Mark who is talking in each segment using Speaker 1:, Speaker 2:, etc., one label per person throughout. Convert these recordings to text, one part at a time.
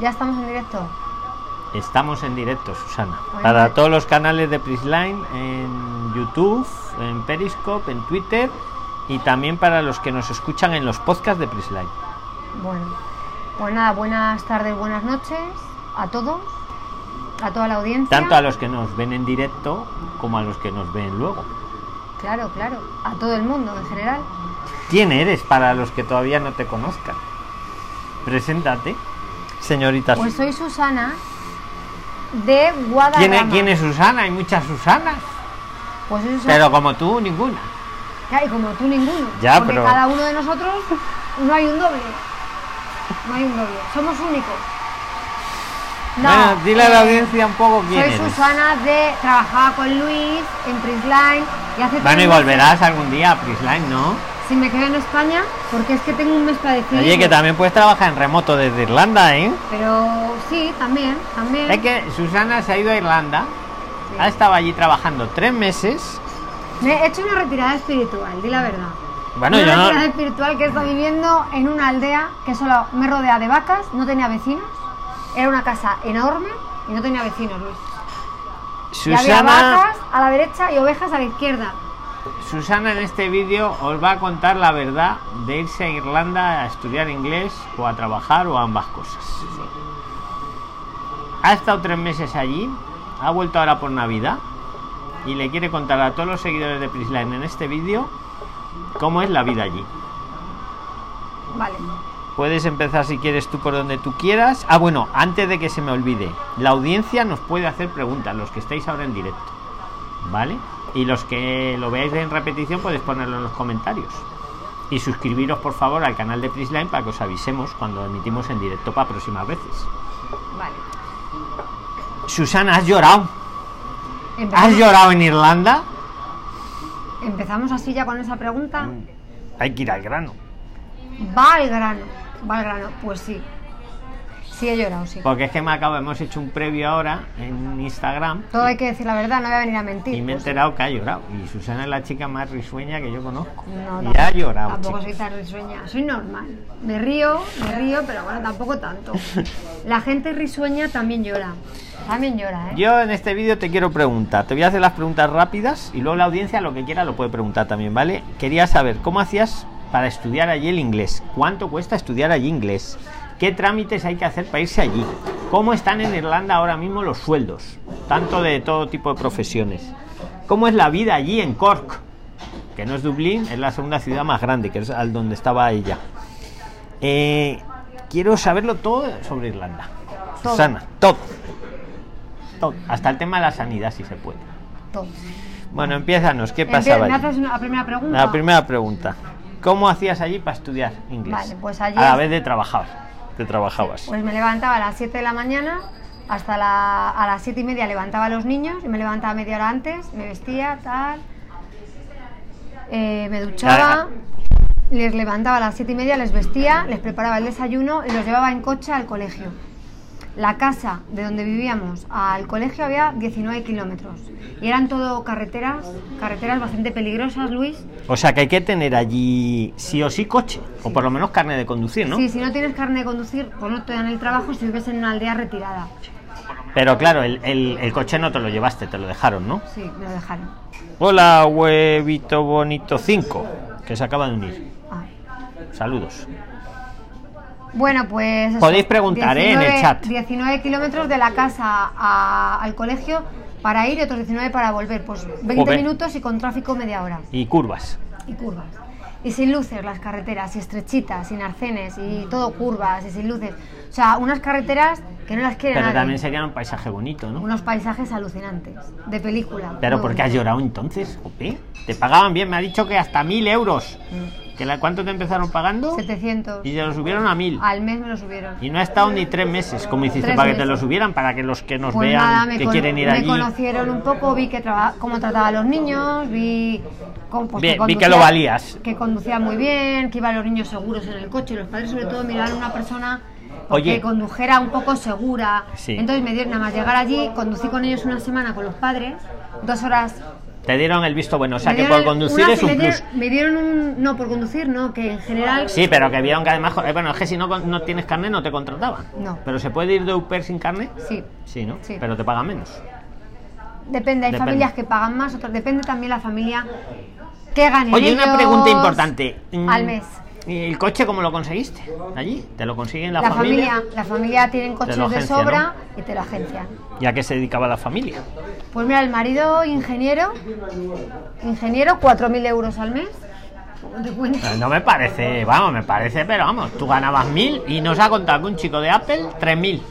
Speaker 1: Ya estamos en directo.
Speaker 2: Estamos en directo, Susana.
Speaker 1: Bueno,
Speaker 2: Para
Speaker 1: pues-
Speaker 2: todos los canales de Prisline, en YouTube, en Periscope, en Twitter y también para los que nos escuchan en los podcasts de Prisline.
Speaker 1: Bueno, pues nada, buenas tardes, buenas noches a todos, a toda la audiencia.
Speaker 2: Tanto a los que nos ven en directo como a los que nos ven luego.
Speaker 1: Claro, claro, a todo el mundo en general.
Speaker 2: ¿Quién eres para los que todavía no te conozcan? Preséntate, señorita.
Speaker 1: Pues
Speaker 2: Su-
Speaker 1: soy Susana de Guadalajara.
Speaker 2: ¿Quién, es- quién es Susana? Hay muchas Susanas,
Speaker 1: Pues soy Susana.
Speaker 2: pero como tú, ninguna.
Speaker 1: Claro, y como tú ninguno.
Speaker 2: Ya,
Speaker 1: porque
Speaker 2: pero-
Speaker 1: cada uno de nosotros no hay un doble. No hay un doble. Somos únicos. No.
Speaker 2: Bueno, dile a la
Speaker 1: eh,
Speaker 2: audiencia un poco quién
Speaker 1: Soy
Speaker 2: eres.
Speaker 1: Susana de. Trabajaba con Luis en Prisline y hace
Speaker 2: Bueno,
Speaker 1: tres
Speaker 2: y
Speaker 1: meses-
Speaker 2: volverás algún día a Prisline, ¿no?
Speaker 1: Si me quedo en España, porque es que tengo un mes para decidir.
Speaker 2: Oye, que también puedes trabajar en remoto desde Irlanda, ¿eh?
Speaker 1: Pero sí, también, también.
Speaker 2: Es que Susana se ha ido a Irlanda,
Speaker 1: Sí.
Speaker 2: ha estado allí trabajando tres meses.
Speaker 1: Me he hecho una retirada espiritual, di la verdad.
Speaker 2: Bueno,
Speaker 1: una
Speaker 2: yo no-
Speaker 1: retirada espiritual que está viviendo en una aldea que solo me rodea de vacas, no tenía vecinos, era una casa enorme y no tenía vecinos, Luis. Y había
Speaker 2: Susana,
Speaker 1: vacas a la derecha y ovejas a la izquierda.
Speaker 2: Susana en este vídeo os va a contar la verdad de irse a Irlanda a estudiar inglés o a trabajar o a ambas cosas. Ha estado tres meses allí, ha vuelto ahora por Navidad y le quiere contar a todos los seguidores de Prisline en este vídeo cómo es la vida allí.
Speaker 1: Vale.
Speaker 2: Puedes empezar si quieres tú por donde tú quieras. Ah, bueno, antes de que se me olvide, la audiencia nos puede hacer preguntas, los que estáis ahora en directo, ¿vale? Y los que lo veáis en repetición podéis ponerlo en los comentarios. Y suscribiros por favor al canal de Prisline para que os avisemos cuando emitimos en directo para próximas veces.
Speaker 1: Vale.
Speaker 2: Susana, ¿has llorado? ¿Has
Speaker 1: Empezamos,
Speaker 2: llorado en Irlanda?
Speaker 1: empezamos así ya con esa pregunta.
Speaker 2: Hay que ir al grano. Mm.
Speaker 1: Va al grano, va al grano. Pues sí. Sí he llorado, sí.
Speaker 2: Porque es que me acabo, hemos hecho un previo ahora en Instagram
Speaker 1: Todo hay que decir la verdad, no voy a venir a mentir.
Speaker 2: Y me he
Speaker 1: pues.
Speaker 2: enterado que ha llorado. Y Susana es la chica más risueña que yo conozco.
Speaker 1: No,
Speaker 2: y ha llorado.
Speaker 1: Tampoco soy
Speaker 2: chicos.
Speaker 1: tan risueña. Soy normal. Me río, me río, pero bueno, tampoco tanto. La gente risueña también llora. También llora, ¿eh?
Speaker 2: Yo en este vídeo te quiero preguntar. Te voy a hacer las preguntas rápidas y luego la audiencia lo que quiera lo puede preguntar también, ¿vale? Quería saber cómo hacías para estudiar allí el inglés. ¿Cuánto cuesta estudiar allí inglés? ¿Qué trámites hay que hacer para irse allí? ¿Cómo están en Irlanda ahora mismo los sueldos? Tanto de todo tipo de profesiones. ¿Cómo es la vida allí en Cork? Que no es Dublín, es la segunda ciudad más grande, que es al donde estaba ella. Eh, quiero saberlo todo sobre Irlanda.
Speaker 1: Todo.
Speaker 2: Susana, todo. Todo. Hasta el tema de la sanidad, si se puede.
Speaker 1: Todo.
Speaker 2: Bueno, empiézanos. ¿Qué
Speaker 1: Empie-
Speaker 2: pasaba
Speaker 1: ¿Me
Speaker 2: allí?
Speaker 1: haces una la primera pregunta?
Speaker 2: La primera pregunta. ¿Cómo hacías allí para estudiar inglés?
Speaker 1: Vale, pues allí
Speaker 2: A la
Speaker 1: es-
Speaker 2: vez de trabajar. Te trabajabas.
Speaker 1: Pues me levantaba a las 7 de la mañana, hasta la- a las 7 y media levantaba a los niños, y me levantaba media hora antes, me vestía, tal. Eh, me duchaba, les levantaba a las 7 y media, les vestía, les preparaba el desayuno y los llevaba en coche al colegio. La casa de donde vivíamos al colegio había 19 kilómetros y eran todo carreteras, carreteras bastante peligrosas, Luis.
Speaker 2: O sea que hay que tener allí sí o sí coche. O por lo menos carne de conducir, ¿no?
Speaker 1: Sí, si no tienes carne de conducir, pues no te dan el trabajo si vives en una aldea retirada.
Speaker 2: Pero claro, el, el- el coche no te lo llevaste, te lo dejaron, ¿no?
Speaker 1: Sí, me lo dejaron.
Speaker 2: Hola, huevito bonito 5, que se acaba de unir.
Speaker 1: Ah.
Speaker 2: Saludos.
Speaker 1: Bueno, pues. eso,
Speaker 2: Podéis preguntar, ¿eh? en el chat.
Speaker 1: 19 kilómetros de la casa a- al colegio para ir y otros 19 para volver. Pues 20
Speaker 2: Joder.
Speaker 1: minutos y con tráfico media hora.
Speaker 2: Y curvas.
Speaker 1: Y curvas. Y sin luces las carreteras, y estrechitas, sin arcenes, y todo curvas, y sin luces. O sea, unas carreteras que no las quiere
Speaker 2: Pero
Speaker 1: nadie.
Speaker 2: también sería un paisaje bonito, ¿no?
Speaker 1: Unos paisajes alucinantes, de película.
Speaker 2: Pero
Speaker 1: Muy
Speaker 2: ¿por qué has
Speaker 1: bonito.
Speaker 2: llorado entonces? jope? Te pagaban bien, me ha dicho que hasta mil euros.
Speaker 1: Mm.
Speaker 2: ¿Que la, ¿Cuánto te empezaron pagando?
Speaker 1: 700.
Speaker 2: Y te lo subieron a mil.
Speaker 1: Al mes me lo subieron.
Speaker 2: Y no ha estado ni tres meses, como hiciste,
Speaker 1: Ah. Tres
Speaker 2: para que te
Speaker 1: meses.
Speaker 2: lo subieran, para que los que nos
Speaker 1: Pues
Speaker 2: vean
Speaker 1: nada, me
Speaker 2: que
Speaker 1: cono-
Speaker 2: quieren ir
Speaker 1: me
Speaker 2: allí.
Speaker 1: conocieron un poco, vi que traba- cómo trataba a los niños, vi, cómo- pues,
Speaker 2: Vi- vi que
Speaker 1: conducía-
Speaker 2: lo valías.
Speaker 1: Que conducía muy bien, que iban los niños seguros en el coche. Los padres, sobre todo, miraban a una persona pues,
Speaker 2: Oye.
Speaker 1: que condujera un poco segura.
Speaker 2: Sí.
Speaker 1: Entonces me dieron, nada más llegar allí, conducí con ellos una semana con los padres, dos horas
Speaker 2: Te dieron el visto bueno, o sea
Speaker 1: Me
Speaker 2: que
Speaker 1: dieron
Speaker 2: por conducir
Speaker 1: una-
Speaker 2: es un
Speaker 1: me
Speaker 2: plus.
Speaker 1: dieron, me dieron un. No, por conducir no, que en general.
Speaker 2: Sí, pero que vieron que además, eh, bueno, es que si no, con- no tienes carne no te contrataban.
Speaker 1: No.
Speaker 2: Pero se puede ir de UPER sin carne.
Speaker 1: Sí.
Speaker 2: Sí, ¿no?
Speaker 1: Sí.
Speaker 2: Pero te pagan menos.
Speaker 1: Depende, hay
Speaker 2: Depende.
Speaker 1: familias que pagan más, otras. Depende también la familia que gane.
Speaker 2: Oye, una
Speaker 1: ellos
Speaker 2: pregunta importante. Mm,
Speaker 1: Al mes.
Speaker 2: ¿Y el coche cómo lo conseguiste? ¿Allí? ¿Te lo consiguen la,
Speaker 1: La, familia, la familia tienen coches
Speaker 2: lo
Speaker 1: de
Speaker 2: agencia,
Speaker 1: sobra y te lo agencian.
Speaker 2: ¿Y a qué se dedicaba la familia?
Speaker 1: Pues mira, el marido ingeniero, ingeniero, 4.000 euros al mes. ¿Cómo te cuentas?
Speaker 2: Eh, No me parece, vamos, me parece, pero vamos, tú ganabas mil y nos ha contado que un chico de Apple, tres mil.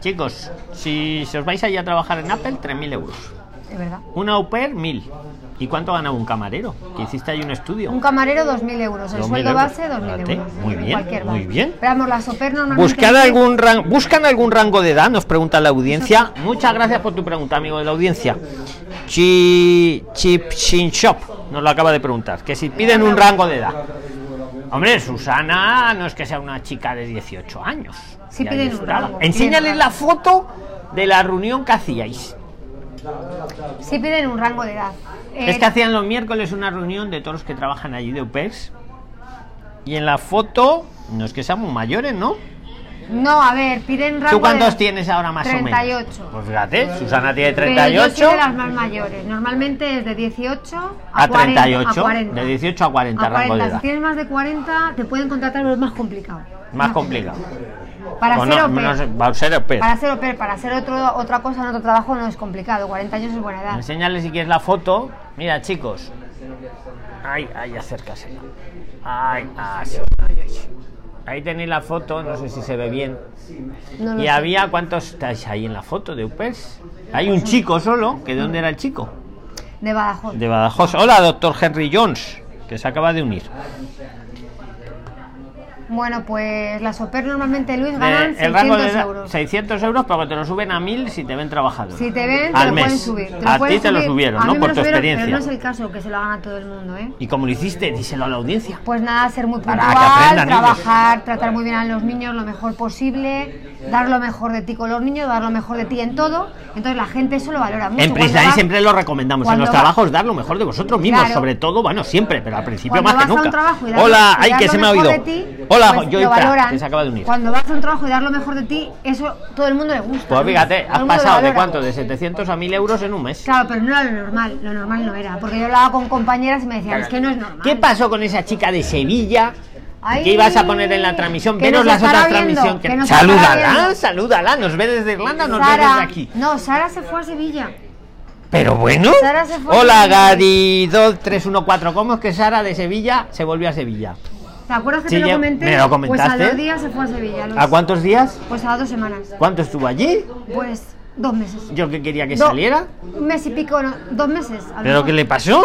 Speaker 2: Chicos, si, si os vais allí a trabajar en Apple, tres mil euros.
Speaker 1: Es verdad.
Speaker 2: Un au pair, mil. ¿Y cuánto ganaba un camarero? Que hiciste ahí un estudio.
Speaker 1: Un camarero, 2.000 euros. El
Speaker 2: 2.000
Speaker 1: sueldo
Speaker 2: euros.
Speaker 1: base, 2.000
Speaker 2: Fíjate,
Speaker 1: euros.
Speaker 2: muy
Speaker 1: en
Speaker 2: bien,
Speaker 1: cualquier bar.
Speaker 2: muy bien.
Speaker 1: Pero vamos, la SOPER normalmente...
Speaker 2: Buscad
Speaker 1: no-
Speaker 2: algún ran- ¿Buscan algún rango de edad? ¿Nos pregunta la audiencia? Muchas gracias por tu pregunta, amigo de la audiencia. Chi, Chip Shin Shop nos lo acaba de preguntar. Que si piden un rango de edad. Hombre, Susana no es que sea una chica de 18 años.
Speaker 1: Sí
Speaker 2: Ya
Speaker 1: piden un
Speaker 2: disfrutaba.
Speaker 1: rango,
Speaker 2: Enséñales
Speaker 1: piden
Speaker 2: la foto de la reunión que hacíais.
Speaker 1: Sí piden un rango de edad. Eh,
Speaker 2: Es que hacían los miércoles una reunión de todos los que trabajan allí de UPEX. Y en la foto, no es que seamos mayores, ¿no?
Speaker 1: No, a ver, piden rango
Speaker 2: ¿Tú cuántos
Speaker 1: de...
Speaker 2: tienes ahora más o menos?
Speaker 1: 38.
Speaker 2: Pues fíjate, Susana tiene
Speaker 1: Pero yo
Speaker 2: 38.
Speaker 1: soy de las más mayores. Normalmente es de 18 a,
Speaker 2: a
Speaker 1: 40,
Speaker 2: 38.
Speaker 1: a 40.
Speaker 2: De 18 a 40,
Speaker 1: a 40.
Speaker 2: rango de
Speaker 1: Si
Speaker 2: edad.
Speaker 1: tienes más de 40, te pueden contratar, pero es más complicado.
Speaker 2: Más complicado.
Speaker 1: Para
Speaker 2: O
Speaker 1: ser
Speaker 2: no,
Speaker 1: au pair.
Speaker 2: no sé, va a ser au pair.
Speaker 1: Para ser au pair, para ser otro, otra cosa en otro trabajo no es complicado. 40 años es buena edad.
Speaker 2: Enséñale si quieres la foto. Mira, chicos. Ay, ay, acércase. Ay, así. Ay, ay. Ahí tenéis la foto, no sé si se ve bien.
Speaker 1: No lo
Speaker 2: ¿Y
Speaker 1: sé.
Speaker 2: había cuántos estáis ahí en la foto de UPERS? Hay un chico solo, que ¿de dónde era el chico?
Speaker 1: De Badajoz.
Speaker 2: De Badajoz. Hola, doctor Henry Jones, que se acaba de unir.
Speaker 1: Bueno, pues las au pair normalmente, Luis,
Speaker 2: De-
Speaker 1: ganan
Speaker 2: el rango de
Speaker 1: 600
Speaker 2: edad,
Speaker 1: euros.
Speaker 2: 600 euros, pero que te lo suben a 1000 si te ven trabajador.
Speaker 1: Si te ven, te
Speaker 2: al
Speaker 1: lo
Speaker 2: mes.
Speaker 1: pueden subir. Te lo
Speaker 2: a ti
Speaker 1: pueden
Speaker 2: te lo
Speaker 1: subir.
Speaker 2: subieron,
Speaker 1: A
Speaker 2: ¿no?
Speaker 1: mí me
Speaker 2: Por
Speaker 1: lo
Speaker 2: tu
Speaker 1: subieron,
Speaker 2: experiencia.
Speaker 1: Pero no es el caso que se lo hagan a todo el mundo, ¿eh?
Speaker 2: ¿Y como lo hiciste? Díselo a la audiencia.
Speaker 1: Pues nada, ser muy
Speaker 2: Para
Speaker 1: puntual,
Speaker 2: que aprendan
Speaker 1: trabajar, tratar muy bien a los niños lo mejor posible, dar lo mejor de ti con los niños, dar lo mejor de ti en todo. Entonces la gente eso lo valora mucho.
Speaker 2: En
Speaker 1: Cuando
Speaker 2: Prisline
Speaker 1: va-
Speaker 2: siempre lo recomendamos. En
Speaker 1: cuando
Speaker 2: los
Speaker 1: va-
Speaker 2: trabajos, dar lo mejor de vosotros mismos.
Speaker 1: Claro.
Speaker 2: Sobre todo, bueno, siempre, pero al principio
Speaker 1: cuando
Speaker 2: más que
Speaker 1: vas a un
Speaker 2: nunca.
Speaker 1: trabajo y dar-
Speaker 2: Hola,
Speaker 1: y
Speaker 2: ay,
Speaker 1: dar
Speaker 2: que
Speaker 1: lo
Speaker 2: se me ha
Speaker 1: mejor
Speaker 2: oído.
Speaker 1: de ti,
Speaker 2: Hola,
Speaker 1: pues
Speaker 2: Joy
Speaker 1: lo
Speaker 2: Pratt,
Speaker 1: valoran.
Speaker 2: que se acaba de unir.
Speaker 1: Cuando vas a un trabajo y dar lo mejor de ti, eso todo el mundo le gusta.
Speaker 2: Pues
Speaker 1: ¿no?
Speaker 2: fíjate,
Speaker 1: Todo el
Speaker 2: has
Speaker 1: mundo lo
Speaker 2: pasado de
Speaker 1: valora.
Speaker 2: cuánto? De 700 a 1000 euros en un mes.
Speaker 1: Claro, pero no era lo normal, lo normal no era. Porque yo hablaba con compañeras y me decían, es que no es normal.
Speaker 2: ¿Qué pasó con esa chica de Sevilla?
Speaker 1: Ay,
Speaker 2: que ibas a poner en la transmisión,
Speaker 1: que
Speaker 2: menos
Speaker 1: nos
Speaker 2: las
Speaker 1: estará
Speaker 2: otras
Speaker 1: viendo,
Speaker 2: transmisión que,
Speaker 1: que nos estará
Speaker 2: salúdala,
Speaker 1: viendo.
Speaker 2: salúdala, nos ve desde Irlanda o nos ve
Speaker 1: Sara,
Speaker 2: desde aquí.
Speaker 1: no, Sara se fue a Sevilla.
Speaker 2: Pero bueno.
Speaker 1: Sara se fue a
Speaker 2: Hola
Speaker 1: Sevilla.
Speaker 2: Gadi 2314. ¿Cómo es que Sara de Sevilla se volvió a Sevilla?
Speaker 1: ¿Te acuerdas que
Speaker 2: Sí,
Speaker 1: te lo
Speaker 2: ya-
Speaker 1: comenté?
Speaker 2: me lo
Speaker 1: pues a
Speaker 2: comentaste.
Speaker 1: dos días se fue a Sevilla. Luis.
Speaker 2: ¿A cuántos días?
Speaker 1: Pues a dos semanas.
Speaker 2: ¿Cuánto estuvo allí?
Speaker 1: Pues dos meses.
Speaker 2: Yo que quería que
Speaker 1: Do-
Speaker 2: saliera.
Speaker 1: Un mes y pico, no, dos meses. a lo
Speaker 2: ¿Pero
Speaker 1: mejor.
Speaker 2: qué le pasó?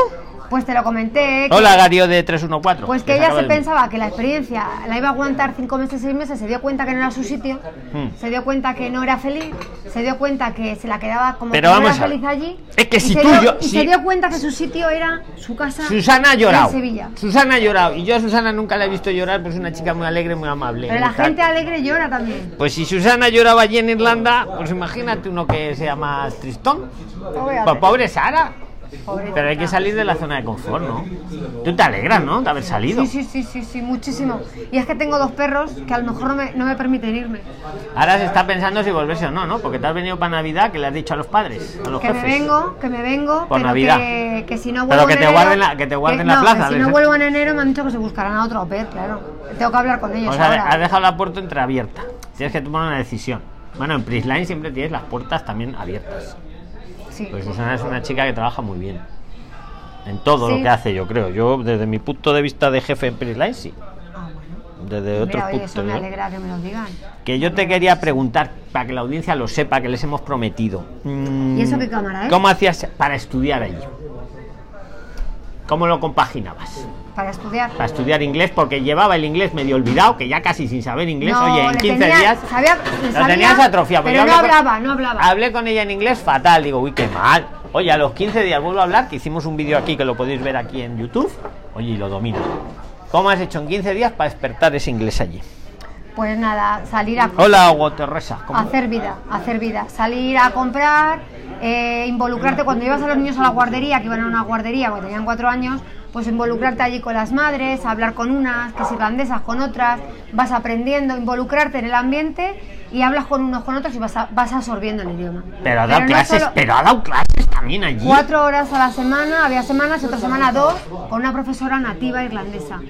Speaker 1: Pues te lo comenté. eh, que-
Speaker 2: Hola Gadio de 314.
Speaker 1: Pues que
Speaker 2: se
Speaker 1: ella
Speaker 2: acaba
Speaker 1: se
Speaker 2: de-
Speaker 1: pensaba que la experiencia la iba a aguantar cinco meses, seis meses, se dio cuenta que no era su sitio,
Speaker 2: Hmm.
Speaker 1: se dio cuenta que no era feliz, se dio cuenta que se la quedaba como
Speaker 2: Pero
Speaker 1: que no
Speaker 2: vamos
Speaker 1: era
Speaker 2: a ver.
Speaker 1: feliz allí.
Speaker 2: Es que
Speaker 1: y
Speaker 2: si
Speaker 1: se
Speaker 2: tú
Speaker 1: dio-
Speaker 2: yo-
Speaker 1: y
Speaker 2: si-
Speaker 1: se dio cuenta que su sitio era su casa.
Speaker 2: Susana ha
Speaker 1: En
Speaker 2: llorado.
Speaker 1: Sevilla.
Speaker 2: Susana ha llorado. Y yo a Susana nunca la he visto llorar, pues es una chica muy alegre, muy amable.
Speaker 1: Pero la
Speaker 2: Está-
Speaker 1: gente alegre llora también.
Speaker 2: Pues si Susana lloraba allí en Irlanda, pues imagínate uno que sea más tristón. Pues pobre Sara.
Speaker 1: Pobre
Speaker 2: Pero hay que salir de la zona de confort, ¿no? Tú te alegras, ¿no? De haber salido.
Speaker 1: Sí, sí, sí, sí, sí, muchísimo. Y es que tengo dos perros que a lo mejor no me, no me permiten irme.
Speaker 2: Ahora se está pensando si volverse o no, ¿no? Porque te has venido para Navidad que le has dicho a los padres, a los
Speaker 1: Que
Speaker 2: jefes.
Speaker 1: me vengo, que me vengo,
Speaker 2: Por
Speaker 1: pero
Speaker 2: Navidad.
Speaker 1: Que, que si no
Speaker 2: Pero
Speaker 1: vuelvo
Speaker 2: que
Speaker 1: en
Speaker 2: te
Speaker 1: enero-
Speaker 2: guarden la- que te guarden la
Speaker 1: no,
Speaker 2: plaza,
Speaker 1: que si
Speaker 2: les-
Speaker 1: no vuelvo en enero me han dicho que se buscarán a otro per, claro. Tengo que hablar con ellos
Speaker 2: O sea,
Speaker 1: ahora.
Speaker 2: has dejado la puerta entreabierta. Tienes que tomar una decisión. Bueno, en Prisline siempre tienes las puertas también abiertas.
Speaker 1: Sí.
Speaker 2: Pues Susana es una chica que trabaja muy bien. En todo lo
Speaker 1: Sí.
Speaker 2: que hace, yo creo. Yo, desde mi punto de vista de jefe en Prisline, sí.
Speaker 1: Ah, bueno.
Speaker 2: Desde otros
Speaker 1: Mira, oye,
Speaker 2: puntos.
Speaker 1: eso me
Speaker 2: ¿no?
Speaker 1: alegra que me lo digan.
Speaker 2: Que yo te quería preguntar, para que la audiencia lo sepa, que les hemos prometido. Mm,
Speaker 1: ¿Y eso qué cámara es?
Speaker 2: ¿Cómo hacías para estudiar allí? ¿Cómo lo compaginabas?
Speaker 1: Para estudiar.
Speaker 2: Para estudiar inglés, porque llevaba el inglés medio olvidado, que ya casi sin saber inglés,
Speaker 1: No,
Speaker 2: oye, en
Speaker 1: le
Speaker 2: 15
Speaker 1: tenía-
Speaker 2: días.
Speaker 1: sabía- le
Speaker 2: lo
Speaker 1: sabía,
Speaker 2: tenías atrofiado. porque
Speaker 1: pero
Speaker 2: yo
Speaker 1: no
Speaker 2: hablé con-
Speaker 1: hablaba, no hablaba.
Speaker 2: Hablé con ella en inglés fatal, digo, uy, qué mal. Oye, a los 15 días vuelvo a hablar, que hicimos un vídeo aquí que lo podéis ver aquí en YouTube. Oye, y lo domino. ¿Cómo has hecho en 15 días para despertar ese inglés allí?
Speaker 1: Pues nada, salir a Ah,
Speaker 2: Hola, Hugo Terresa. ¿cómo-
Speaker 1: hacer vida, hacer vida, salir a comprar, eh, involucrarte cuando llevas a los niños a la guardería, que iban a una guardería cuando tenían cuatro años, pues involucrarte allí con las madres, hablar con unas, que es irlandesas, con otras, vas aprendiendo, involucrarte en el ambiente y hablas con unos, con otros y vas, a- vas absorbiendo el idioma.
Speaker 2: Pero ha dado
Speaker 1: no
Speaker 2: clases,
Speaker 1: solo-
Speaker 2: pero ha dado clases también allí.
Speaker 1: Cuatro horas a la semana, había semanas, y otra semana dos, con una profesora nativa irlandesa,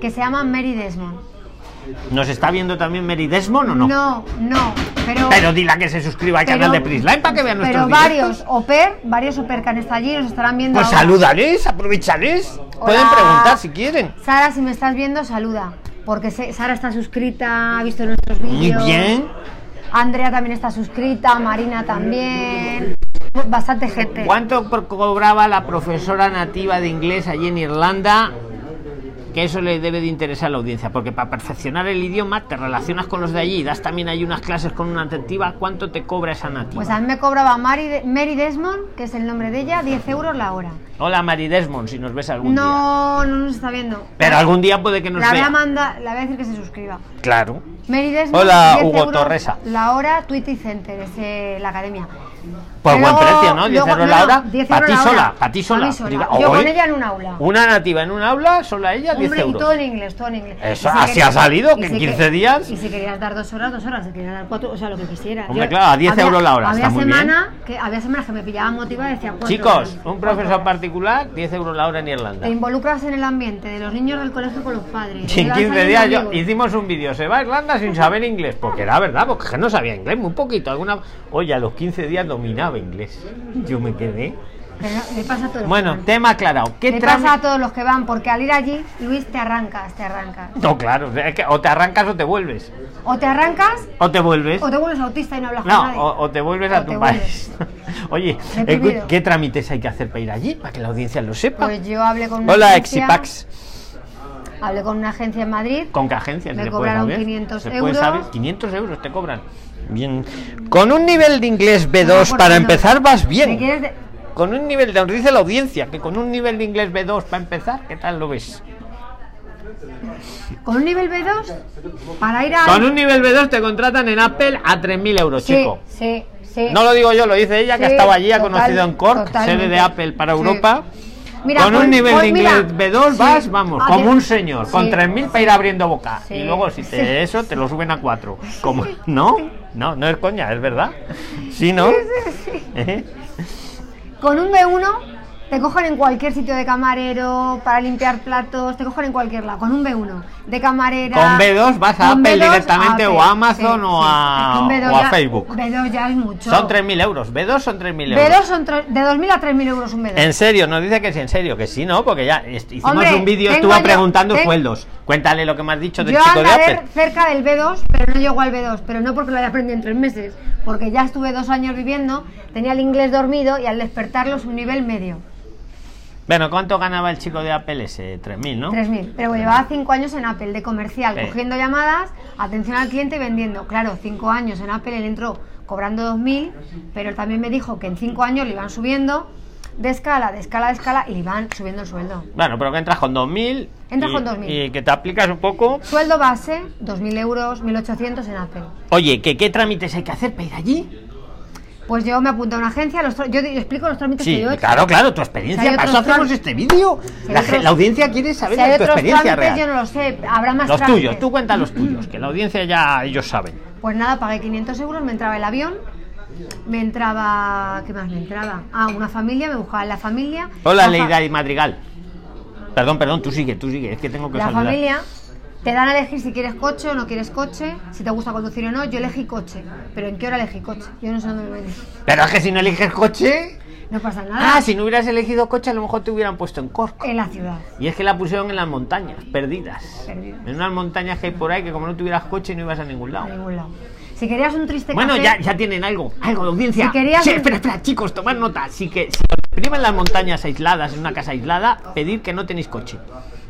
Speaker 1: que se llama Mary Desmond.
Speaker 2: ¿Nos está viendo también Mary Desmond o no?
Speaker 1: No, no, pero...
Speaker 2: Pero dila que se suscriba al
Speaker 1: pero-
Speaker 2: canal de Prisline para que vean
Speaker 1: Pero
Speaker 2: nuestros
Speaker 1: varios
Speaker 2: directos.
Speaker 1: au pair, varios au pair que han estado allí nos estarán viendo
Speaker 2: Pues
Speaker 1: ahora.
Speaker 2: salúdales, aprovechales. Pueden
Speaker 1: Hola.
Speaker 2: preguntar si quieren.
Speaker 1: Sara, si me estás viendo, saluda. Porque se- Sara está suscrita, ha visto nuestros vídeos.
Speaker 2: bien.
Speaker 1: Andrea también está suscrita, Marina también. Bastante gente.
Speaker 2: ¿Cuánto co- cobraba la profesora nativa de inglés allí en Irlanda? Que eso le debe de interesar a la audiencia, porque para perfeccionar el idioma te relacionas con los de allí, das también ahí unas clases con una nativa. ¿Cuánto te cobra esa nativa?
Speaker 1: Pues a mí me cobraba Mary, De- Mary Desmond, que es el nombre de ella, 10 euros la hora.
Speaker 2: Hola Mary Desmond, si nos ves algún día.
Speaker 1: No, no nos está viendo.
Speaker 2: Pero algún día puede que nos
Speaker 1: la voy,
Speaker 2: vea.
Speaker 1: a mandar, la voy a decir que se suscriba.
Speaker 2: Claro.
Speaker 1: Mary Desmond,
Speaker 2: Hola,
Speaker 1: 10
Speaker 2: Hugo
Speaker 1: euros
Speaker 2: Torresa.
Speaker 1: La hora, Twitty Center, es eh, la academia.
Speaker 2: Pues
Speaker 1: Luego-
Speaker 2: buen precio, ¿no? 10
Speaker 1: luego-
Speaker 2: euros
Speaker 1: no,
Speaker 2: la
Speaker 1: no,
Speaker 2: hora.
Speaker 1: 10
Speaker 2: Para
Speaker 1: euros
Speaker 2: ti
Speaker 1: la hora.
Speaker 2: sola, para ti
Speaker 1: A
Speaker 2: sola.
Speaker 1: mí sola.
Speaker 2: Diga,
Speaker 1: Yo con
Speaker 2: "Oye,
Speaker 1: ella en un aula.
Speaker 2: Una nativa en un aula, sola ella, 10
Speaker 1: Hombre, y
Speaker 2: euros.
Speaker 1: todo en inglés, todo en inglés.
Speaker 2: Eso,
Speaker 1: Y
Speaker 2: así
Speaker 1: quer-
Speaker 2: ha salido, que
Speaker 1: y
Speaker 2: en
Speaker 1: si
Speaker 2: 15 días-
Speaker 1: Y si querías dar dos horas, dos horas, si querías dar cuatro, o sea, lo que quisieras.
Speaker 2: Hombre, claro, a 10
Speaker 1: había-
Speaker 2: euros la hora,
Speaker 1: Había,
Speaker 2: está muy
Speaker 1: semana Que, había semanas que me pillaba motivada y decía cuatro
Speaker 2: Chicos,
Speaker 1: horas,
Speaker 2: un
Speaker 1: cuatro
Speaker 2: profesor
Speaker 1: horas.
Speaker 2: particular, 10 euros la hora en Irlanda.
Speaker 1: Te involucras en el ambiente de los niños del colegio con los padres.
Speaker 2: Y En
Speaker 1: llevas
Speaker 2: 15
Speaker 1: ahí
Speaker 2: días
Speaker 1: unos
Speaker 2: yo
Speaker 1: amigos.
Speaker 2: hicimos un vídeo, se va a Irlanda sin saber inglés, porque era verdad, porque no sabía inglés, muy poquito, alguna... Oye, a los 15 días dominaba inglés, yo me quedé.
Speaker 1: Pero le pasa a todos los
Speaker 2: Bueno,
Speaker 1: que van.
Speaker 2: tema aclarado, ¿qué
Speaker 1: Le
Speaker 2: trámite-
Speaker 1: pasa a todos los que van, porque al ir allí, Luis, te arrancas, te arrancas.
Speaker 2: No, claro, es que o te arrancas o te vuelves,
Speaker 1: O te arrancas,
Speaker 2: o te vuelves,
Speaker 1: o te vuelves autista y no hablas con nadie.
Speaker 2: no, o, o te vuelves a
Speaker 1: O
Speaker 2: tu
Speaker 1: te
Speaker 2: país. Oye,
Speaker 1: Me he
Speaker 2: escu-
Speaker 1: perdido.
Speaker 2: ¿qué trámites hay que hacer para ir allí? Para que la audiencia lo sepa.
Speaker 1: Pues yo hablé con una
Speaker 2: Hola,
Speaker 1: agencia-
Speaker 2: Exipax.
Speaker 1: Hablé con una agencia en Madrid.
Speaker 2: ¿Con qué agencia?
Speaker 1: Me
Speaker 2: se le puede
Speaker 1: cobraron
Speaker 2: saber?
Speaker 1: 500
Speaker 2: ¿Se puede
Speaker 1: euros.
Speaker 2: saber? 500 euros te cobran. Bien. Con un nivel de inglés B2
Speaker 1: No,
Speaker 2: para
Speaker 1: porque no.
Speaker 2: empezar vas
Speaker 1: pues, ¿Me quieres
Speaker 2: bien.
Speaker 1: de-
Speaker 2: Con un nivel, de, dice la audiencia, que con un nivel de inglés B2 para empezar, ¿qué tal lo ves?
Speaker 1: Con un nivel B2, para ir a...
Speaker 2: Con un nivel B2 te contratan en Apple a 3.000 euros,
Speaker 1: Sí,
Speaker 2: chico.
Speaker 1: sí, sí.
Speaker 2: No lo digo yo, lo dice ella, que
Speaker 1: Sí,
Speaker 2: estaba allí, ha
Speaker 1: total-
Speaker 2: conocido en Cork,
Speaker 1: totalmente.
Speaker 2: sede de Apple para
Speaker 1: Sí.
Speaker 2: Europa.
Speaker 1: Mira,
Speaker 2: con
Speaker 1: pues-
Speaker 2: un nivel
Speaker 1: pues
Speaker 2: de inglés
Speaker 1: mira,
Speaker 2: B2
Speaker 1: sí.
Speaker 2: vas, vamos,
Speaker 1: Ah,
Speaker 2: como
Speaker 1: que-
Speaker 2: un señor, con
Speaker 1: sí.
Speaker 2: 3.000 para ir abriendo boca.
Speaker 1: Sí,
Speaker 2: Y luego si te
Speaker 1: sí.
Speaker 2: eso, te lo suben a 4. Como, ¿No? No, no es coña, es verdad. ¿Sí, no? ¿Eh?
Speaker 1: Con un B1 te cogen en cualquier sitio de camarero, para limpiar platos, te cogen en cualquier lado. Con un B1 de camarera...
Speaker 2: Con B2 vas a
Speaker 1: con
Speaker 2: Apple
Speaker 1: B2
Speaker 2: directamente,
Speaker 1: Apple,
Speaker 2: o a Amazon, o a-
Speaker 1: Con B2
Speaker 2: o a
Speaker 1: ya-
Speaker 2: Facebook.
Speaker 1: B2 ya es mucho.
Speaker 2: Son 3.000 euros, B2 son 3.000 euros.
Speaker 1: B2 son tre- de 2.000 a 3.000 euros un B2.
Speaker 2: En serio, nos dice que es en serio, que sí, ¿no? Porque ya est- hicimos
Speaker 1: Hombre,
Speaker 2: un vídeo,
Speaker 1: tengo
Speaker 2: estuvo
Speaker 1: yo-
Speaker 2: preguntando
Speaker 1: ten-
Speaker 2: sueldos. Cuéntale lo que me has dicho del
Speaker 1: Yo
Speaker 2: chico de
Speaker 1: andaré
Speaker 2: Apple.
Speaker 1: cerca del B2, pero no llego al B2, pero no porque lo haya aprendido en tres meses, porque ya estuve dos años viviendo, tenía el inglés dormido y al despertarlo es un nivel medio,
Speaker 2: Bueno, ¿cuánto ganaba el chico de Apple ese? 3.000, ¿no?
Speaker 1: 3.000. Pero llevaba cinco años en Apple de comercial,
Speaker 2: Sí.
Speaker 1: cogiendo llamadas, atención al cliente y vendiendo. Claro, cinco años en Apple, él entró cobrando 2.000, pero él también me dijo que en cinco años le iban subiendo de escala, de escala, de escala y le iban subiendo el sueldo.
Speaker 2: Bueno, pero que entras con 2.000.
Speaker 1: Entras
Speaker 2: y-
Speaker 1: con 2.000.
Speaker 2: Y que te aplicas un poco.
Speaker 1: Sueldo base, 2.000 euros, 1.800 en Apple.
Speaker 2: Oye, ¿qué, qué trámites hay que hacer para ir allí?
Speaker 1: Pues yo me apunté a una agencia, los tra- yo, yo explico los trámites que
Speaker 2: Sí,
Speaker 1: yo he hecho.
Speaker 2: claro, claro, tu
Speaker 1: Si
Speaker 2: experiencia.
Speaker 1: Pues hay
Speaker 2: Para eso
Speaker 1: otros tram-
Speaker 2: hacemos este vídeo.
Speaker 1: Si hay
Speaker 2: La,
Speaker 1: otros-
Speaker 2: gen- la audiencia quiere saber
Speaker 1: Si hay
Speaker 2: de tu
Speaker 1: otros
Speaker 2: experiencia
Speaker 1: trámites,
Speaker 2: real.
Speaker 1: yo no lo sé. Habrá más
Speaker 2: Los
Speaker 1: trámites.
Speaker 2: tuyos, tú cuenta los tuyos, que la audiencia ya ellos saben.
Speaker 1: Pues nada, pagué 500 euros, me entraba el avión, me entraba... ¿Qué más me entraba? Ah, una familia, me buscaba la familia. La
Speaker 2: Hola,
Speaker 1: fa-
Speaker 2: Leida y Madrigal. Perdón, perdón, tú sigue, tú sigue, es que tengo que
Speaker 1: La
Speaker 2: saludar.
Speaker 1: familia... Te dan a elegir si quieres coche o no quieres coche, si te gusta conducir o no. Yo elegí coche, pero ¿en qué hora elegí coche? Yo no sé dónde me metí.
Speaker 2: Pero es que si no eliges coche.
Speaker 1: No pasa nada.
Speaker 2: Ah, si no hubieras elegido coche, a lo mejor te hubieran puesto en Cork.
Speaker 1: En la ciudad.
Speaker 2: Y es que la pusieron en las montañas, perdidas.
Speaker 1: Perdidas.
Speaker 2: En unas montañas que hay por ahí que como no tuvieras coche no ibas a ningún
Speaker 1: A
Speaker 2: lado.
Speaker 1: ningún lado. Si querías un triste
Speaker 2: Bueno,
Speaker 1: este café-
Speaker 2: ya, ya tienen algo, algo de audiencia.
Speaker 1: Si querías-
Speaker 2: Sí, espera, espera, chicos, tomad nota. Así que si os deprimís en las montañas aisladas, en una casa aislada, pedid que no tenéis coche.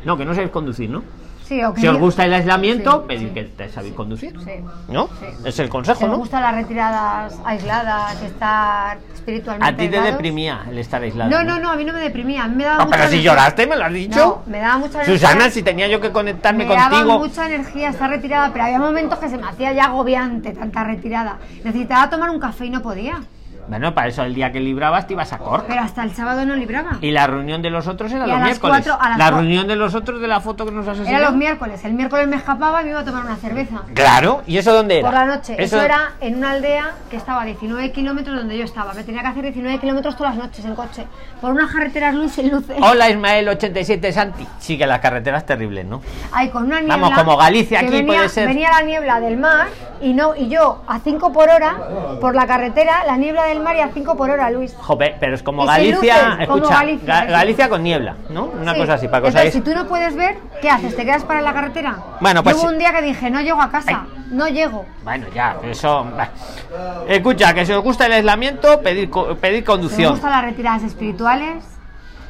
Speaker 2: No, que no sabéis conducir, ¿no?
Speaker 1: Sí, o
Speaker 2: Si os
Speaker 1: querías-
Speaker 2: gusta el aislamiento,
Speaker 1: Sí,
Speaker 2: pedid
Speaker 1: sí.
Speaker 2: que te sabéis conducir.
Speaker 1: Sí.
Speaker 2: ¿No?
Speaker 1: Sí.
Speaker 2: Es el consejo,
Speaker 1: ¿Te
Speaker 2: ¿no?
Speaker 1: gustan las retiradas aisladas, estar espiritualmente
Speaker 2: A ti te
Speaker 1: aislados?
Speaker 2: deprimía el estar aislado.
Speaker 1: No, no, no, a mí no me deprimía, a mí me daba
Speaker 2: No,
Speaker 1: mucha
Speaker 2: pero si
Speaker 1: energía.
Speaker 2: lloraste, me lo has dicho.
Speaker 1: No, me daba mucha energía.
Speaker 2: Susana, si tenía yo que conectarme
Speaker 1: me daba
Speaker 2: contigo.
Speaker 1: mucha energía estar retirada, pero había momentos que se me hacía ya agobiante tanta retirada. Necesitaba tomar un café y no podía.
Speaker 2: Bueno, para eso el día que librabas te ibas a corte.
Speaker 1: Pero hasta el sábado no libraba.
Speaker 2: Y la reunión de los otros era
Speaker 1: Y a
Speaker 2: los
Speaker 1: las
Speaker 2: miércoles.
Speaker 1: cuatro- a las
Speaker 2: la
Speaker 1: cua-
Speaker 2: reunión de los otros de la foto que nos has
Speaker 1: Era
Speaker 2: enseñado.
Speaker 1: los miércoles. El miércoles me escapaba y me iba a tomar una cerveza.
Speaker 2: Claro, ¿y eso dónde era?
Speaker 1: Por la noche. Eso... era en una aldea que estaba a 19 kilómetros donde yo estaba. Me tenía que hacer 19 kilómetros todas las noches en coche. Por unas carreteras luces, luces.
Speaker 2: Hola Ismael 87 Santi. Sí, que las carreteras terribles, ¿no?
Speaker 1: Ay, con una niebla.
Speaker 2: Vamos, como Galicia
Speaker 1: que
Speaker 2: aquí
Speaker 1: venía,
Speaker 2: puede ser.
Speaker 1: Venía la niebla del mar y no y yo a 5 por hora por la carretera, la niebla del mar y a 5 por hora, Luis.
Speaker 2: Jope, pero es como
Speaker 1: Y sin
Speaker 2: Galicia,
Speaker 1: luces, como
Speaker 2: escucha,
Speaker 1: Galicia,
Speaker 2: Ga-
Speaker 1: sí.
Speaker 2: Galicia con niebla, ¿no? Una
Speaker 1: Sí.
Speaker 2: cosa así, para que os
Speaker 1: Entonces,
Speaker 2: hagáis-
Speaker 1: si tú no puedes ver, ¿qué haces? ¿Te quedas para la carretera?
Speaker 2: Bueno,
Speaker 1: Yo
Speaker 2: pues
Speaker 1: Hubo
Speaker 2: sí.
Speaker 1: un día que dije, no llego a casa,
Speaker 2: Ay.
Speaker 1: no llego.
Speaker 2: Bueno, ya, pero eso. bah. Escucha, que si os gusta el aislamiento, pedir, co- pedir
Speaker 1: Me
Speaker 2: conducción.
Speaker 1: gustan las retiradas espirituales,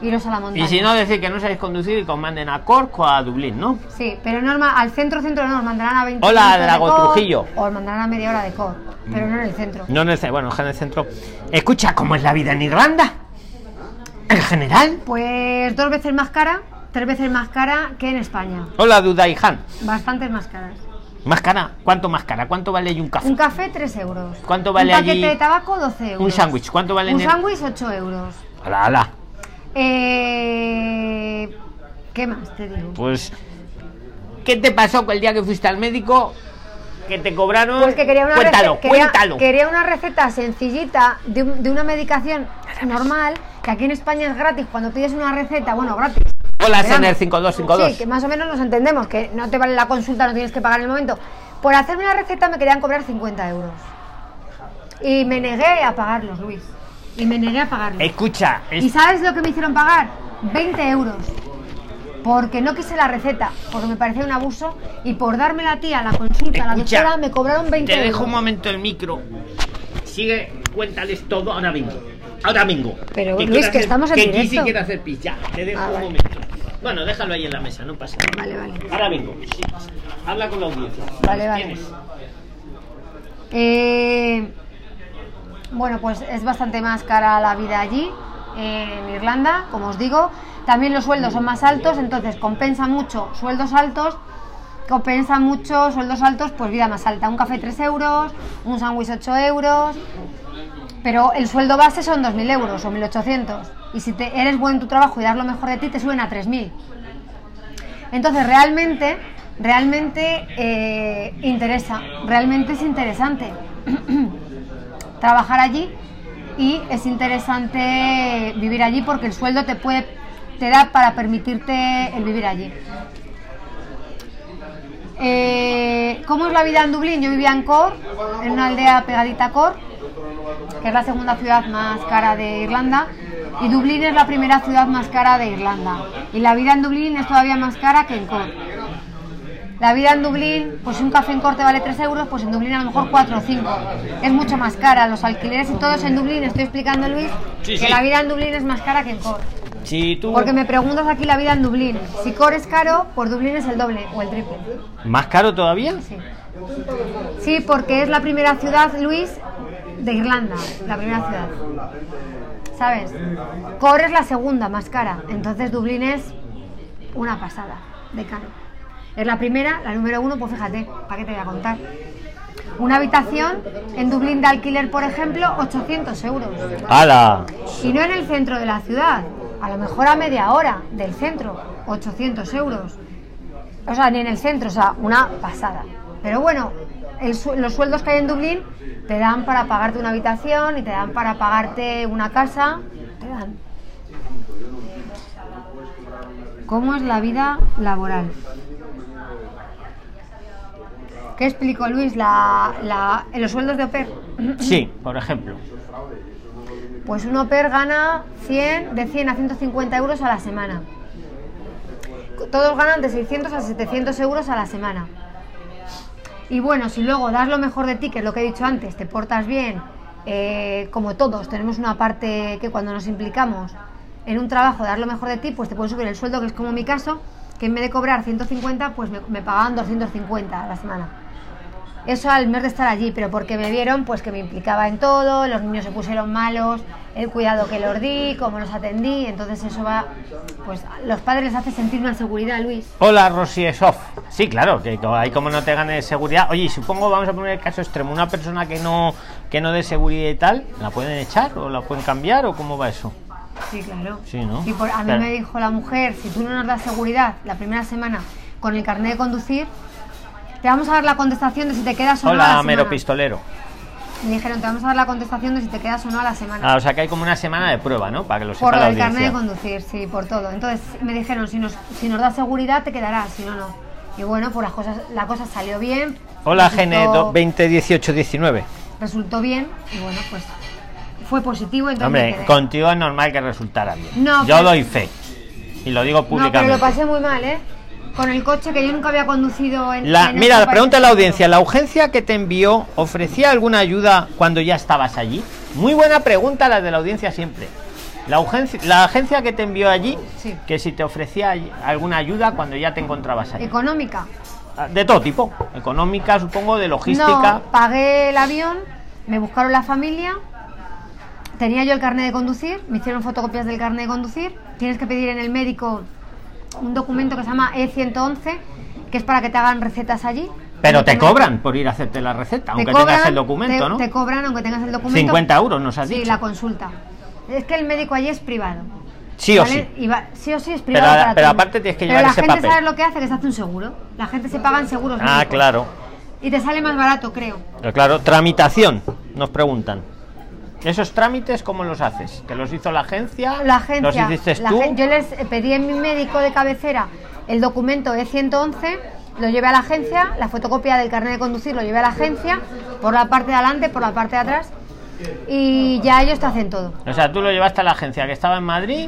Speaker 1: iros a la montaña.
Speaker 2: Y si no, decir que no sabéis conducir y que os manden a Cork o a Dublín, ¿no?
Speaker 1: Sí, pero normal, al centro centro no, os mandarán a 20
Speaker 2: Hola,
Speaker 1: minutos de
Speaker 2: Drago
Speaker 1: Cor,
Speaker 2: Trujillo. Mm.
Speaker 1: O os mandarán a media hora de cor, pero no en el centro.
Speaker 2: No en el centro, bueno, en el centro. Escucha, ¿cómo es la vida en Irlanda? En general.
Speaker 1: Pues dos veces más cara, tres veces más cara que en España.
Speaker 2: Hola, Dudaihan.
Speaker 1: Bastantes más caras.
Speaker 2: Más cara, ¿cuánto más cara? ¿Cuánto vale allí un café?
Speaker 1: Un café 3 euros.
Speaker 2: ¿Cuánto vale
Speaker 1: Un paquete
Speaker 2: allí
Speaker 1: de tabaco 12 euros.
Speaker 2: un sándwich? ¿Cuánto vale en
Speaker 1: Un
Speaker 2: el-
Speaker 1: sándwich 8 euros.
Speaker 2: Ala, ala.
Speaker 1: Eh, ¿Qué más te digo?
Speaker 2: Pues. ¿Qué te pasó con el día que fuiste al médico? Que te cobraron.
Speaker 1: Pues que quería una,
Speaker 2: Cuéntalo,
Speaker 1: rece- quería-
Speaker 2: cuéntalo.
Speaker 1: quería una receta sencillita de, un- de una medicación normal, que aquí en España es gratis cuando pides una receta, bueno, gratis.
Speaker 2: Hola,
Speaker 1: Esperamos.
Speaker 2: Sener 5252.
Speaker 1: Sí, que más o menos nos entendemos, que no te vale la consulta, no tienes que pagar en el momento. Por hacerme una receta me querían cobrar 50 euros. Y me negué a pagarlos, Luis. Y me negué a pagarlos.
Speaker 2: Escucha, es-
Speaker 1: ¿Y sabes lo que me hicieron pagar? 20 euros. Porque no quise la receta, porque me parecía un abuso. Y por darme la tía la consulta a la
Speaker 2: Escucha,
Speaker 1: doctora me cobraron 20
Speaker 2: Te
Speaker 1: euros.
Speaker 2: dejo un momento el micro. Sigue, cuéntales todo ahora mismo. Ahora mismo.
Speaker 1: Pero,
Speaker 2: Que
Speaker 1: Luis,
Speaker 2: quiero
Speaker 1: que estamos en
Speaker 2: que
Speaker 1: directo.
Speaker 2: Kisi quiere hacer pis, ya. Te dejo
Speaker 1: Ah,
Speaker 2: un
Speaker 1: vale.
Speaker 2: momento. Bueno, déjalo ahí en la mesa, no pasa nada.
Speaker 1: Vale, vale.
Speaker 2: Ahora vengo. sí. Habla con la audiencia.
Speaker 1: Vale, vale.
Speaker 2: Tienes.
Speaker 1: Eh, bueno, pues es bastante más cara la vida allí, eh, en Irlanda, como os digo. También los sueldos son más altos, entonces compensa mucho sueldos altos, compensa mucho sueldos altos, pues vida más alta. Un café 3 euros, un sándwich 8 euros, pero el sueldo base son 2.000 euros o 1.800. Y si te, eres bueno en tu trabajo y das lo mejor de ti, te suben a 3.000. Entonces, realmente, realmente eh, interesa, realmente es interesante trabajar allí y es interesante vivir allí porque el sueldo te puede te da para permitirte el vivir allí. Eh, ¿Cómo es la vida en Dublín? Yo vivía en Cork, en una aldea pegadita a Cork, que es la segunda ciudad más cara de Irlanda, y Dublín es la primera ciudad más cara de Irlanda. Y la vida en Dublín es todavía más cara que en Cork. La vida en Dublín, pues si un café en corte vale 3 euros, pues en Dublín a lo mejor 4 o 5. Es mucho más cara, los alquileres y todos en Dublín, estoy explicando Luis,
Speaker 2: Sí,
Speaker 1: que
Speaker 2: sí.
Speaker 1: la vida en Dublín es más cara que en Cork.
Speaker 2: Si tú.
Speaker 1: Porque me preguntas aquí la vida en Dublín. Si Cork es caro, pues Dublín es el doble o el triple.
Speaker 2: ¿Más caro todavía?
Speaker 1: Sí. Sí, porque es la primera ciudad, Luis, de Irlanda, la primera ciudad. ¿Sabes? Cork es la segunda más cara, entonces Dublín es una pasada de caro. Es la primera, la número uno, pues fíjate, ¿para qué te voy a contar? Una habitación en Dublín de alquiler, por ejemplo, 800 euros.
Speaker 2: ¡Hala!
Speaker 1: Y no en el centro de la ciudad, a lo mejor a media hora del centro, 800 euros. O sea, ni en el centro, o sea, una pasada. Pero bueno, el su- los sueldos que hay en Dublín te dan para pagarte una habitación y te dan para pagarte una casa, te dan. ¿Cómo es la vida laboral? ¿Qué explicó Luis? La, la- los sueldos de OPER.
Speaker 2: Sí, por ejemplo.
Speaker 1: Pues un au pair gana 100, de 100 a 150 euros a la semana. Todos ganan de 600 a 700 euros a la semana. Y bueno, si luego das lo mejor de ti, que es lo que he dicho antes, te portas bien, eh, como todos, tenemos una parte que cuando nos implicamos en un trabajo, dar lo mejor de ti, pues te pueden subir el sueldo, que es como mi caso, que en vez de cobrar 150, pues me, me pagaban 250 a la semana. Eso al mes de estar allí, pero porque me vieron pues que me implicaba en todo, los niños se pusieron malos, el cuidado que los di, cómo los atendí, entonces eso va, pues los padres les hace sentir más seguridad, Luis.
Speaker 2: Hola, Rosy Sof. Sí, claro, que co- ahí como no te ganes seguridad. Oye, y supongo, vamos a poner el caso extremo, una persona que no que no dé seguridad y tal, ¿la pueden echar o la pueden cambiar o cómo va eso?
Speaker 1: Sí, claro.
Speaker 2: Sí, ¿no?
Speaker 1: Y por- a mí
Speaker 2: Claro.
Speaker 1: me dijo la mujer, si tú no nos das seguridad la primera semana con el carnet de conducir, te vamos a dar la contestación de si te quedas o no a
Speaker 2: Hola,
Speaker 1: la
Speaker 2: mero
Speaker 1: semana.
Speaker 2: pistolero.
Speaker 1: Me dijeron, te vamos a dar la contestación de si te quedas o no a la semana.
Speaker 2: Ah, o sea que hay como una semana de prueba, ¿no? Para que lo sepa
Speaker 1: por lo
Speaker 2: la
Speaker 1: del carnet de
Speaker 2: audiencia.
Speaker 1: conducir, sí, por todo. Entonces me dijeron, si nos, si nos das seguridad te quedarás, si no, no. Y bueno, pues las cosas, la cosa salió bien.
Speaker 2: Hola, Gene
Speaker 1: resultó,
Speaker 2: 201819.
Speaker 1: resultó bien y bueno, pues fue positivo. Entonces me
Speaker 2: Hombre,
Speaker 1: quedé.
Speaker 2: contigo es normal que resultara bien.
Speaker 1: No,
Speaker 2: Yo
Speaker 1: pero-
Speaker 2: doy fe. Y lo digo
Speaker 1: No, pero
Speaker 2: públicamente.
Speaker 1: lo pasé muy mal, ¿eh? Con el coche que yo nunca había conducido en.
Speaker 2: La,
Speaker 1: en
Speaker 2: mira,
Speaker 1: este país.
Speaker 2: pregunta a la audiencia. ¿La urgencia que te envió ofrecía alguna ayuda cuando ya estabas allí? Muy buena pregunta la de la audiencia siempre. La, urgencia, la agencia que te envió allí,
Speaker 1: Sí.
Speaker 2: que si te ofrecía ay- alguna ayuda cuando ya te encontrabas allí.
Speaker 1: Económica.
Speaker 2: Ah, De todo tipo. Económica, supongo, de logística.
Speaker 1: No, pagué el avión, me buscaron la familia, tenía yo el carnet de conducir, me hicieron fotocopias del carnet de conducir. Tienes que pedir en el médico un documento que se llama E111, que es para que te hagan recetas allí.
Speaker 2: Pero te
Speaker 1: Documento-
Speaker 2: cobran por ir a hacerte la receta,
Speaker 1: te
Speaker 2: aunque tengas
Speaker 1: cobran,
Speaker 2: el documento,
Speaker 1: te-
Speaker 2: ¿no?
Speaker 1: Te cobran aunque tengas el documento.
Speaker 2: 50 euros nos has
Speaker 1: Sí,
Speaker 2: dicho.
Speaker 1: la consulta. Es que el médico allí es privado.
Speaker 2: Sí o
Speaker 1: ¿vale?
Speaker 2: sí.
Speaker 1: Y va- sí o sí es privado.
Speaker 2: Pero-
Speaker 1: para
Speaker 2: pero
Speaker 1: todo.
Speaker 2: aparte tienes que
Speaker 1: Pero
Speaker 2: llevar
Speaker 1: la
Speaker 2: ese
Speaker 1: gente
Speaker 2: papel.
Speaker 1: sabe lo que hace, que se hace un seguro. La gente se pagan seguros.
Speaker 2: Ah,
Speaker 1: médicos.
Speaker 2: claro.
Speaker 1: Y te sale más barato, creo.
Speaker 2: Pero claro, tramitación, nos preguntan. ¿Esos trámites cómo los haces? ¿Que los hizo la agencia?
Speaker 1: La agencia.
Speaker 2: ¿Los hiciste
Speaker 1: la
Speaker 2: tú?
Speaker 1: gen- yo les eh, pedí en mi médico de cabecera el documento E111, lo llevé a la agencia, la fotocopia del carnet de conducir lo llevé a la agencia, por la parte de adelante, por la parte de atrás, y ya ellos te hacen todo.
Speaker 2: O sea, tú lo llevaste a la agencia que estaba en Madrid,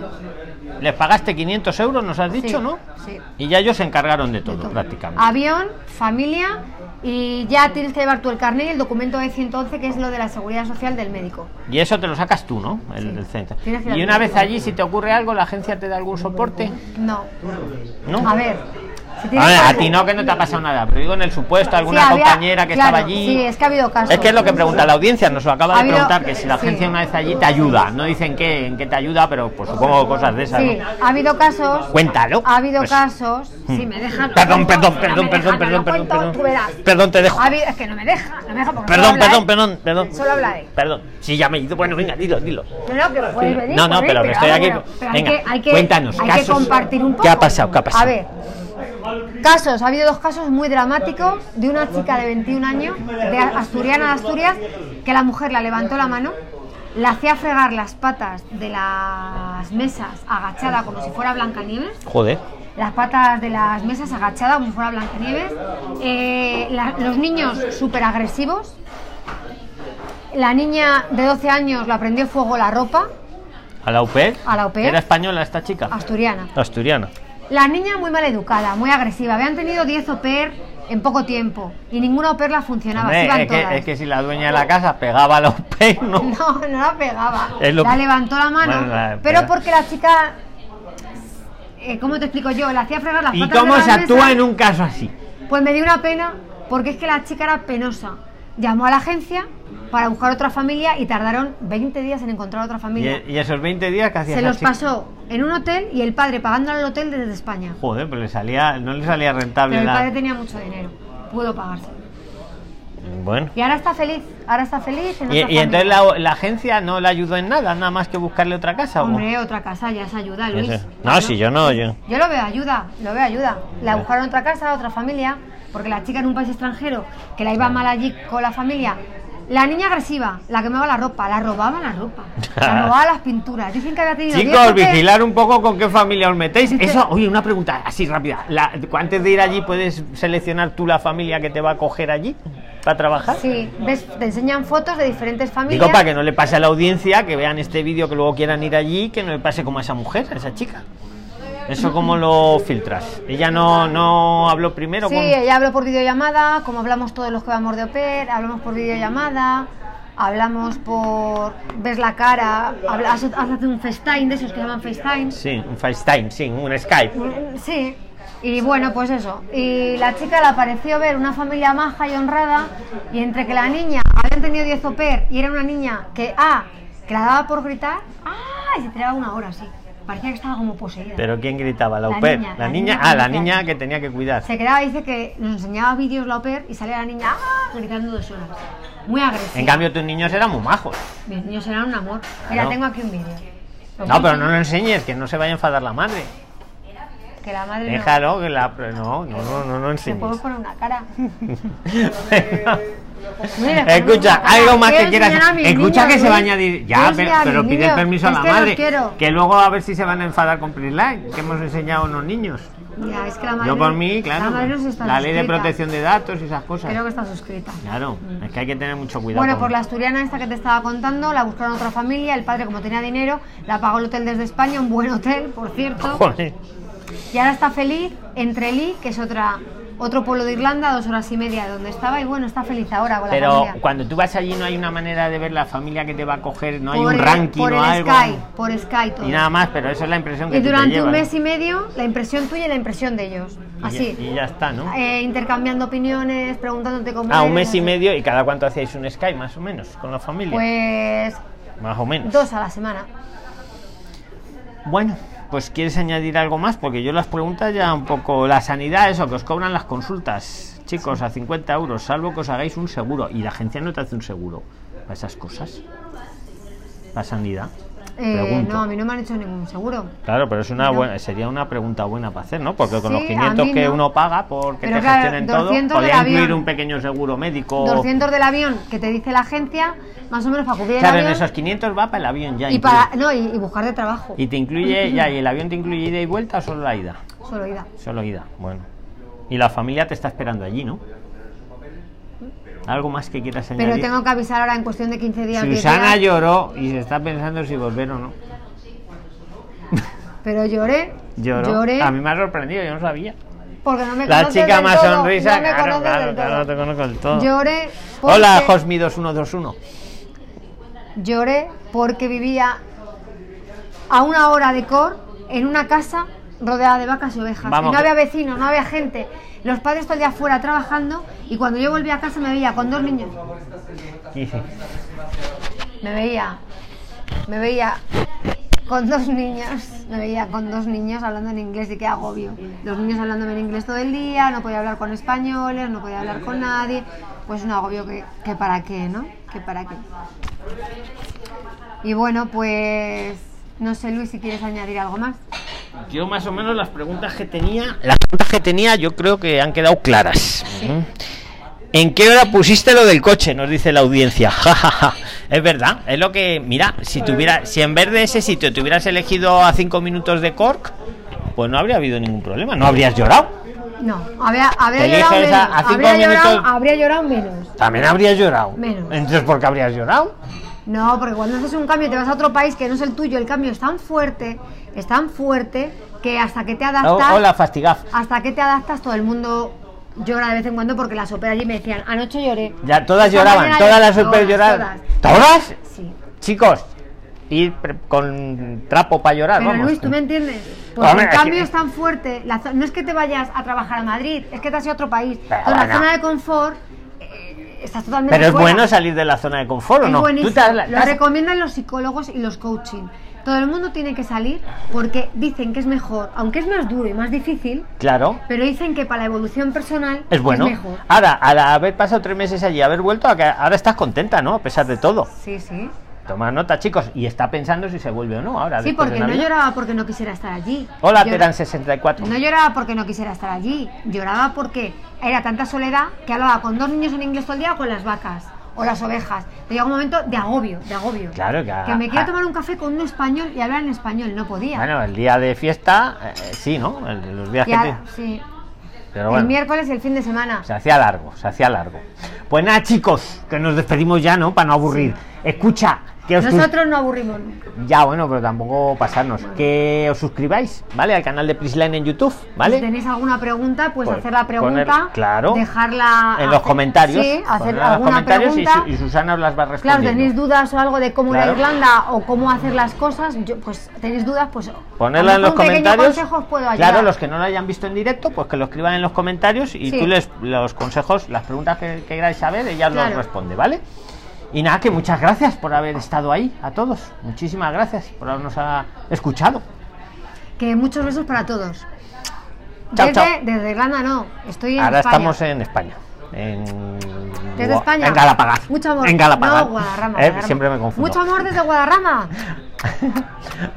Speaker 2: les pagaste 500 euros, nos has dicho,
Speaker 1: Sí,
Speaker 2: ¿no?
Speaker 1: sí.
Speaker 2: Y ya ellos se encargaron de todo,
Speaker 1: Todo. Ah.
Speaker 2: prácticamente.
Speaker 1: Avión, familia y ya tienes que llevar tú el carnet y el documento de 111 que es lo de la seguridad social del médico.
Speaker 2: Y eso te lo sacas tú, ¿no? El,
Speaker 1: Sí.
Speaker 2: el centro.
Speaker 1: Tienes que ir
Speaker 2: Y
Speaker 1: al
Speaker 2: una vez
Speaker 1: médico.
Speaker 2: allí, si te ocurre algo, la agencia te da algún soporte,
Speaker 1: No.
Speaker 2: ¿no?
Speaker 1: A ver. si
Speaker 2: A,
Speaker 1: tienes
Speaker 2: ver,
Speaker 1: que-
Speaker 2: a ti no, que no te ha pasado nada, pero digo en el supuesto, alguna
Speaker 1: Sí, había-
Speaker 2: compañera que
Speaker 1: claro,
Speaker 2: estaba allí.
Speaker 1: Sí, es que ha habido casos.
Speaker 2: Es que es lo que pregunta la audiencia, nos lo acaba
Speaker 1: Ha
Speaker 2: de
Speaker 1: habido-
Speaker 2: preguntar, que si la
Speaker 1: sí.
Speaker 2: agencia una vez allí te ayuda, no dicen qué, en qué te ayuda, pero pues supongo cosas de esas.
Speaker 1: Sí,
Speaker 2: ¿no?
Speaker 1: ha habido casos.
Speaker 2: Cuéntalo.
Speaker 1: Ha habido
Speaker 2: Pues-
Speaker 1: casos.
Speaker 2: Mm.
Speaker 1: Sí, me dejan.
Speaker 2: Perdón, perdón,
Speaker 1: me
Speaker 2: perdón, perdón,
Speaker 1: dejan,
Speaker 2: perdón,
Speaker 1: Ah, no
Speaker 2: perdón,
Speaker 1: cuento, tú verás.
Speaker 2: perdón. Perdón, te dejo.
Speaker 1: Ha habido- es que no me deja, no me deja porque
Speaker 2: Perdón,
Speaker 1: solo habla
Speaker 2: perdón,
Speaker 1: él.
Speaker 2: perdón, perdón.
Speaker 1: Solo habla él.
Speaker 2: Perdón. Sí, ya me he ido. Bueno, venga, dilo, dilo.
Speaker 1: No, no, que puedes venir,
Speaker 2: No, no,
Speaker 1: puedes venir,
Speaker 2: pero que estoy aquí.
Speaker 1: bueno, pero
Speaker 2: Venga,
Speaker 1: hay que, hay que-
Speaker 2: cuéntanos,
Speaker 1: Hay que
Speaker 2: casos.
Speaker 1: compartir un
Speaker 2: ¿Qué
Speaker 1: poco.
Speaker 2: ha pasado? ¿Qué ha pasado?
Speaker 1: A ver, casos. Ha habido dos casos muy dramáticos de una chica de 21 años, de asturiana de Asturias, que la mujer la levantó la mano, la hacía fregar las patas de las mesas agachada como si fuera Blancanieves
Speaker 2: Joder.
Speaker 1: las patas de las mesas agachadas, como si fuera Blancanieves. Eh, la- los niños súper agresivos. La niña de 12 años la prendió fuego la ropa,
Speaker 2: ¿A la UPER?
Speaker 1: A la Ah. UPER.
Speaker 2: ¿Era española esta chica?
Speaker 1: asturiana.
Speaker 2: Asturiana.
Speaker 1: La niña muy mal educada, muy agresiva. Habían tenido 10 au pair en poco tiempo y ninguna au pair la funcionaba. se
Speaker 2: Hombre,
Speaker 1: iban
Speaker 2: es, que,
Speaker 1: todas.
Speaker 2: es que si la dueña de la casa pegaba a la UPER, no.
Speaker 1: No, no la pegaba.
Speaker 2: Es lo-
Speaker 1: La levantó la mano.
Speaker 2: Bueno, la-
Speaker 1: pero
Speaker 2: pero-
Speaker 1: porque la chica. eh, ¿Cómo te explico yo? La hacía fregar las
Speaker 2: ¿Y
Speaker 1: patas de
Speaker 2: cómo
Speaker 1: las
Speaker 2: se actúa
Speaker 1: mesas.
Speaker 2: en un caso así?
Speaker 1: Pues me dio una pena porque es que la chica era penosa. Llamó a la agencia para buscar otra familia y tardaron 20 días en encontrar otra
Speaker 2: Y,
Speaker 1: familia.
Speaker 2: y esos 20 días que hacía
Speaker 1: Se
Speaker 2: esa
Speaker 1: los
Speaker 2: chica?
Speaker 1: pasó en un hotel y el padre pagándole al hotel desde España.
Speaker 2: Joder, pero le salía, no le salía rentable
Speaker 1: Pero el
Speaker 2: la-
Speaker 1: padre tenía mucho dinero, pudo pagarse.
Speaker 2: Bueno.
Speaker 1: Y ahora está feliz, ahora está feliz. en
Speaker 2: Y,
Speaker 1: otra
Speaker 2: y entonces
Speaker 1: familia.
Speaker 2: la, la agencia no le ayudó en nada, nada más que buscarle otra casa. ¿o cómo?
Speaker 1: Hombre, otra casa ya es ayuda,
Speaker 2: Yo
Speaker 1: Luis.
Speaker 2: sé. No, si yo no, yo.
Speaker 1: Yo lo veo ayuda, lo veo ayuda. La
Speaker 2: Ya.
Speaker 1: buscaron otra casa, otra familia, porque la chica en un país extranjero, que la iba mal allí con la familia. La niña agresiva, la quemaba la ropa, la robaba la ropa, la robaba las pinturas. Dicen que había tenido. diez
Speaker 2: Chicos,
Speaker 1: hoteles.
Speaker 2: vigilar un poco con qué familia os metéis. Eso, oye, una pregunta así rápida. La- antes de ir allí, ¿puedes seleccionar tú la familia que te va a coger allí para trabajar?
Speaker 1: Sí, ves, te enseñan fotos de diferentes familias.
Speaker 2: Digo, para que no le pase a la audiencia, que vean este vídeo, que luego quieran ir allí, que no le pase como a esa mujer, a esa chica. ¿Eso cómo lo filtras? ¿Ella no, no habló primero
Speaker 1: Sí,
Speaker 2: con...?
Speaker 1: ella habló por videollamada, como hablamos todos los que vamos de OPER, hablamos por videollamada, hablamos por. ves la cara, habla- haces haces un FaceTime de esos que llaman FaceTime.
Speaker 2: Sí, un FaceTime, sí, un Skype.
Speaker 1: Mm, Sí, Y bueno, pues eso. Y la chica le pareció ver una familia maja y honrada, y entre que la niña había tenido 10 oper y era una niña que, ah, que la daba por gritar, ah, y se tiraba una hora así. Parecía que estaba como poseída.
Speaker 2: Pero ¿quién gritaba? ¿La, au pair?
Speaker 1: niña,
Speaker 2: La
Speaker 1: la
Speaker 2: niña.
Speaker 1: niña
Speaker 2: Ah, la
Speaker 1: que-
Speaker 2: niña que tenía que cuidar.
Speaker 1: Se quedaba, dice que le enseñaba vídeos la au pair y salía la niña ¡ah! gritando dos horas. Muy agresiva.
Speaker 2: En cambio, tus niños eran muy majos.
Speaker 1: Mis niños eran un amor.
Speaker 2: Claro.
Speaker 1: Mira, tengo aquí un vídeo. Lo
Speaker 2: No, pero
Speaker 1: puse,
Speaker 2: no lo enseñes, que no se vaya a enfadar la madre.
Speaker 1: Que la madre no-
Speaker 2: Déjalo, que la. pro- No, no, no, no, no
Speaker 1: Te puedo
Speaker 2: enseñes.
Speaker 1: poner una cara.
Speaker 2: Mira, Escucha, algo más que quieras. Escucha que se va a añadir. Ya, pero, pero pide el permiso a la madre. Que luego a ver si se van a enfadar con PRISLINE, que hemos enseñado a unos niños.
Speaker 1: Ya, es que la madre.
Speaker 2: Yo por mí, claro.
Speaker 1: La madre no
Speaker 2: pues,
Speaker 1: se está
Speaker 2: la ley de
Speaker 1: suscrita.
Speaker 2: protección de datos y esas cosas.
Speaker 1: Creo que está suscrita.
Speaker 2: Claro, es que hay que tener mucho cuidado.
Speaker 1: Bueno,
Speaker 2: con-
Speaker 1: por la asturiana esta que te estaba contando, la buscaron otra familia. El padre, como tenía dinero, la pagó el hotel desde España, un buen hotel, por cierto.
Speaker 2: Joder.
Speaker 1: Y ahora está feliz en Tralee, que es otra otro pueblo de Irlanda, dos horas y media de donde estaba. Y bueno, está feliz ahora con la
Speaker 2: Pero
Speaker 1: familia.
Speaker 2: cuando tú vas allí no hay una manera de ver la familia que te va a coger, no hay
Speaker 1: Por
Speaker 2: un
Speaker 1: el-
Speaker 2: ranking
Speaker 1: por el
Speaker 2: o algo.
Speaker 1: Sky, por Sky todo.
Speaker 2: Y nada más, pero eso es la impresión que
Speaker 1: Y
Speaker 2: tú te
Speaker 1: durante un
Speaker 2: llevas.
Speaker 1: mes y medio, la impresión tuya y la impresión de ellos.
Speaker 2: Y
Speaker 1: Así.
Speaker 2: ya- Y, ya está, ¿no?
Speaker 1: Eh, pues- intercambiando opiniones, preguntándote cómo.
Speaker 2: ah, un
Speaker 1: eres,
Speaker 2: mes
Speaker 1: así.
Speaker 2: y medio y cada cuánto hacíais un Sky, más o menos, con la familia.
Speaker 1: Pues
Speaker 2: más o menos.
Speaker 1: dos a la semana.
Speaker 2: Bueno, pues ¿quieres añadir algo más? Porque yo las preguntas ya un poco... La sanidad, eso, que os cobran las consultas, chicos, a 50 euros, salvo que os hagáis un seguro. Y la agencia no te hace un seguro para esas cosas. La sanidad.
Speaker 1: Eh,
Speaker 2: Pregunto.
Speaker 1: no, a mí no me han hecho ningún seguro.
Speaker 2: Claro, pero es una
Speaker 1: No.
Speaker 2: buena, sería una pregunta buena para hacer, ¿no? Porque con
Speaker 1: Sí,
Speaker 2: los
Speaker 1: a
Speaker 2: 500
Speaker 1: mí
Speaker 2: que
Speaker 1: no.
Speaker 2: uno paga porque
Speaker 1: Pero
Speaker 2: te
Speaker 1: claro,
Speaker 2: gestionen todo,
Speaker 1: 200 del
Speaker 2: podría incluir
Speaker 1: avión.
Speaker 2: un pequeño seguro médico.
Speaker 1: 200 del avión que te dice la agencia, más o menos para cubrir el
Speaker 2: Claro, en
Speaker 1: avión
Speaker 2: esos 500 va para el avión ya.
Speaker 1: y
Speaker 2: incluido.
Speaker 1: para no y, y buscar de trabajo.
Speaker 2: Y te incluye ya, ¿y el avión te incluye ida y vuelta o solo la ida?
Speaker 1: Solo ida.
Speaker 2: Solo ida, bueno. Y la familia te está esperando allí, ¿no? ¿Algo más que quieras
Speaker 1: Pero
Speaker 2: añadir?
Speaker 1: tengo que avisar ahora en cuestión de 15 días. 10
Speaker 2: Susana
Speaker 1: días.
Speaker 2: lloró y se está pensando si volver o no.
Speaker 1: Pero lloré.
Speaker 2: Lloró.
Speaker 1: Lloré.
Speaker 2: A mí me ha sorprendido, yo no sabía.
Speaker 1: Porque no me
Speaker 2: La
Speaker 1: conoces
Speaker 2: chica
Speaker 1: del
Speaker 2: más
Speaker 1: todo, no
Speaker 2: sonrisa,
Speaker 1: me
Speaker 2: claro,
Speaker 1: conoces
Speaker 2: claro,
Speaker 1: del
Speaker 2: claro,
Speaker 1: todo.
Speaker 2: te conozco el todo.
Speaker 1: Lloré. porque-
Speaker 2: Hola, Josmi2121.
Speaker 1: Lloré porque vivía a una hora de Cor en una casa rodeada de vacas y ovejas. Y no
Speaker 2: Vamos, que-
Speaker 1: había vecinos, no había gente. Los padres todo el día fuera trabajando y cuando yo volví a casa me veía con dos niños. Me veía, me veía con dos niños, me veía con dos niños hablando en inglés y qué agobio. Los niños hablándome en inglés todo el día, no podía hablar con españoles, no podía hablar con nadie. Pues un agobio que, que para qué, ¿no? Que para qué. Y bueno, pues no sé, Luis, si quieres añadir algo más.
Speaker 2: Yo más o menos las preguntas que tenía, las preguntas que tenía yo creo que han quedado claras. Ujú. ¿En qué hora pusiste lo del coche? Nos dice la audiencia. Ja, ja, ja. es verdad, es lo que mira, si tuviera si en vez de ese sitio te hubieras elegido a cinco minutos de Cork, pues no habría habido ningún problema, no habrías llorado.
Speaker 1: No, habría, habría
Speaker 2: Te
Speaker 1: llorado
Speaker 2: eliges a-
Speaker 1: menos.
Speaker 2: a cinco
Speaker 1: habría, llorado,
Speaker 2: minutos-
Speaker 1: habría llorado menos.
Speaker 2: También habrías llorado.
Speaker 1: Menos.
Speaker 2: Entonces, ¿por qué habrías llorado?
Speaker 1: No, porque cuando haces un cambio y te vas a otro país que no es el tuyo, el cambio es tan fuerte, es tan fuerte que hasta que te adaptas,
Speaker 2: O- Oh, Hola, Fastigaf.
Speaker 1: hasta que te adaptas todo el mundo llora de vez en cuando porque las operas allí me decían, anoche lloré.
Speaker 2: Ya todas
Speaker 1: Esta
Speaker 2: lloraban,
Speaker 1: mañana
Speaker 2: todas
Speaker 1: lloré".
Speaker 2: las super lloraban.
Speaker 1: todas.
Speaker 2: ¿Todas?
Speaker 1: Sí.
Speaker 2: Chicos, ir pre- con trapo para llorar,
Speaker 1: Pero
Speaker 2: Ah, vamos.
Speaker 1: Luis, ¿tú me entiendes? Porque
Speaker 2: Hombre,
Speaker 1: el
Speaker 2: es
Speaker 1: cambio
Speaker 2: que-
Speaker 1: es tan fuerte. la zo- no es que te vayas a trabajar a Madrid, es que te has ido a otro país.
Speaker 2: Pero
Speaker 1: Entonces, la
Speaker 2: bueno.
Speaker 1: zona de confort eh, estás totalmente
Speaker 2: Pero es
Speaker 1: fuera.
Speaker 2: bueno salir de la zona de confort, ¿o
Speaker 1: Es
Speaker 2: no?
Speaker 1: buenísimo.
Speaker 2: Tú te has- te
Speaker 1: Lo
Speaker 2: has-
Speaker 1: recomiendan los psicólogos y los coaching. Todo el mundo tiene que salir porque dicen que es mejor, aunque es más duro y más difícil,
Speaker 2: Claro,
Speaker 1: pero dicen que para la evolución personal
Speaker 2: es bueno.
Speaker 1: mejor.
Speaker 2: Ahora, al haber pasado tres meses allí, haber vuelto, a que- ahora estás contenta, ¿no? A pesar de todo.
Speaker 1: Sí, sí.
Speaker 2: Toma nota, chicos, y está pensando si se vuelve o no ahora.
Speaker 1: Sí,
Speaker 2: después de
Speaker 1: porque no
Speaker 2: Navidad.
Speaker 1: lloraba porque no quisiera estar allí.
Speaker 2: Hola,
Speaker 1: Llora-
Speaker 2: Terán64.
Speaker 1: No lloraba porque no quisiera estar allí. Lloraba porque era tanta soledad que hablaba con dos niños en inglés todo el día o con las vacas o las ovejas. Te llega un momento de agobio, de agobio.
Speaker 2: Claro que a-
Speaker 1: Que me quiero
Speaker 2: a-
Speaker 1: tomar un café con un español y hablar en español. No podía.
Speaker 2: Bueno, el día de fiesta, eh, sí, ¿no? El- los días
Speaker 1: Y a-
Speaker 2: que te-
Speaker 1: sí.
Speaker 2: Pero bueno.
Speaker 1: El miércoles y el fin de semana.
Speaker 2: Se hacía largo, se hacía largo. Pues nada, chicos, que nos despedimos ya, ¿no? Para no aburrir. Escucha, Que os sus-
Speaker 1: Nosotros no aburrimos nunca.
Speaker 2: Ya, bueno, pero tampoco pasarnos. Que os suscribáis, ¿vale? Al canal de Prisline en YouTube, ¿vale?
Speaker 1: Si tenéis alguna pregunta, pues
Speaker 2: Pon-
Speaker 1: hacer la pregunta.
Speaker 2: poner- claro.
Speaker 1: Dejarla.
Speaker 2: en los
Speaker 1: hacer-
Speaker 2: comentarios.
Speaker 1: Sí,
Speaker 2: Ponedla
Speaker 1: hacer
Speaker 2: en los
Speaker 1: alguna
Speaker 2: comentarios y
Speaker 1: pregunta.
Speaker 2: Su- y, Susana os las va
Speaker 1: Claro,
Speaker 2: respondiendo.
Speaker 1: tenéis dudas o algo de cómo ir
Speaker 2: Claro.
Speaker 1: a Irlanda o cómo hacer las cosas, yo, pues tenéis dudas, pues
Speaker 2: Ponedla
Speaker 1: a
Speaker 2: en
Speaker 1: lo
Speaker 2: los
Speaker 1: mejor un pequeño
Speaker 2: comentarios.
Speaker 1: consejo os puedo ayudar.
Speaker 2: claro, los que no lo hayan visto en directo, pues que lo escriban en los comentarios y
Speaker 1: Sí.
Speaker 2: tú les los consejos, las preguntas que, que queráis saber, ella os los
Speaker 1: Claro.
Speaker 2: responde, ¿vale? Y nada, que muchas gracias por haber estado ahí a todos. Muchísimas gracias por habernos ah, escuchado.
Speaker 1: Que muchos besos para todos.
Speaker 2: Chao,
Speaker 1: desde,
Speaker 2: chao.
Speaker 1: desde Irlanda no, estoy en
Speaker 2: Ahora
Speaker 1: España.
Speaker 2: estamos en España. En...
Speaker 1: Desde
Speaker 2: Gua-
Speaker 1: España.
Speaker 2: En Galapagar.
Speaker 1: Mucho amor.
Speaker 2: En Galapagar.
Speaker 1: No, Guadarrama,
Speaker 2: Eh,
Speaker 1: Guadarrama.
Speaker 2: Siempre me confundo.
Speaker 1: Mucho amor desde Guadarrama.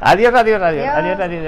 Speaker 2: adiós, adiós, adiós,
Speaker 1: Adiós.
Speaker 2: adiós, adiós.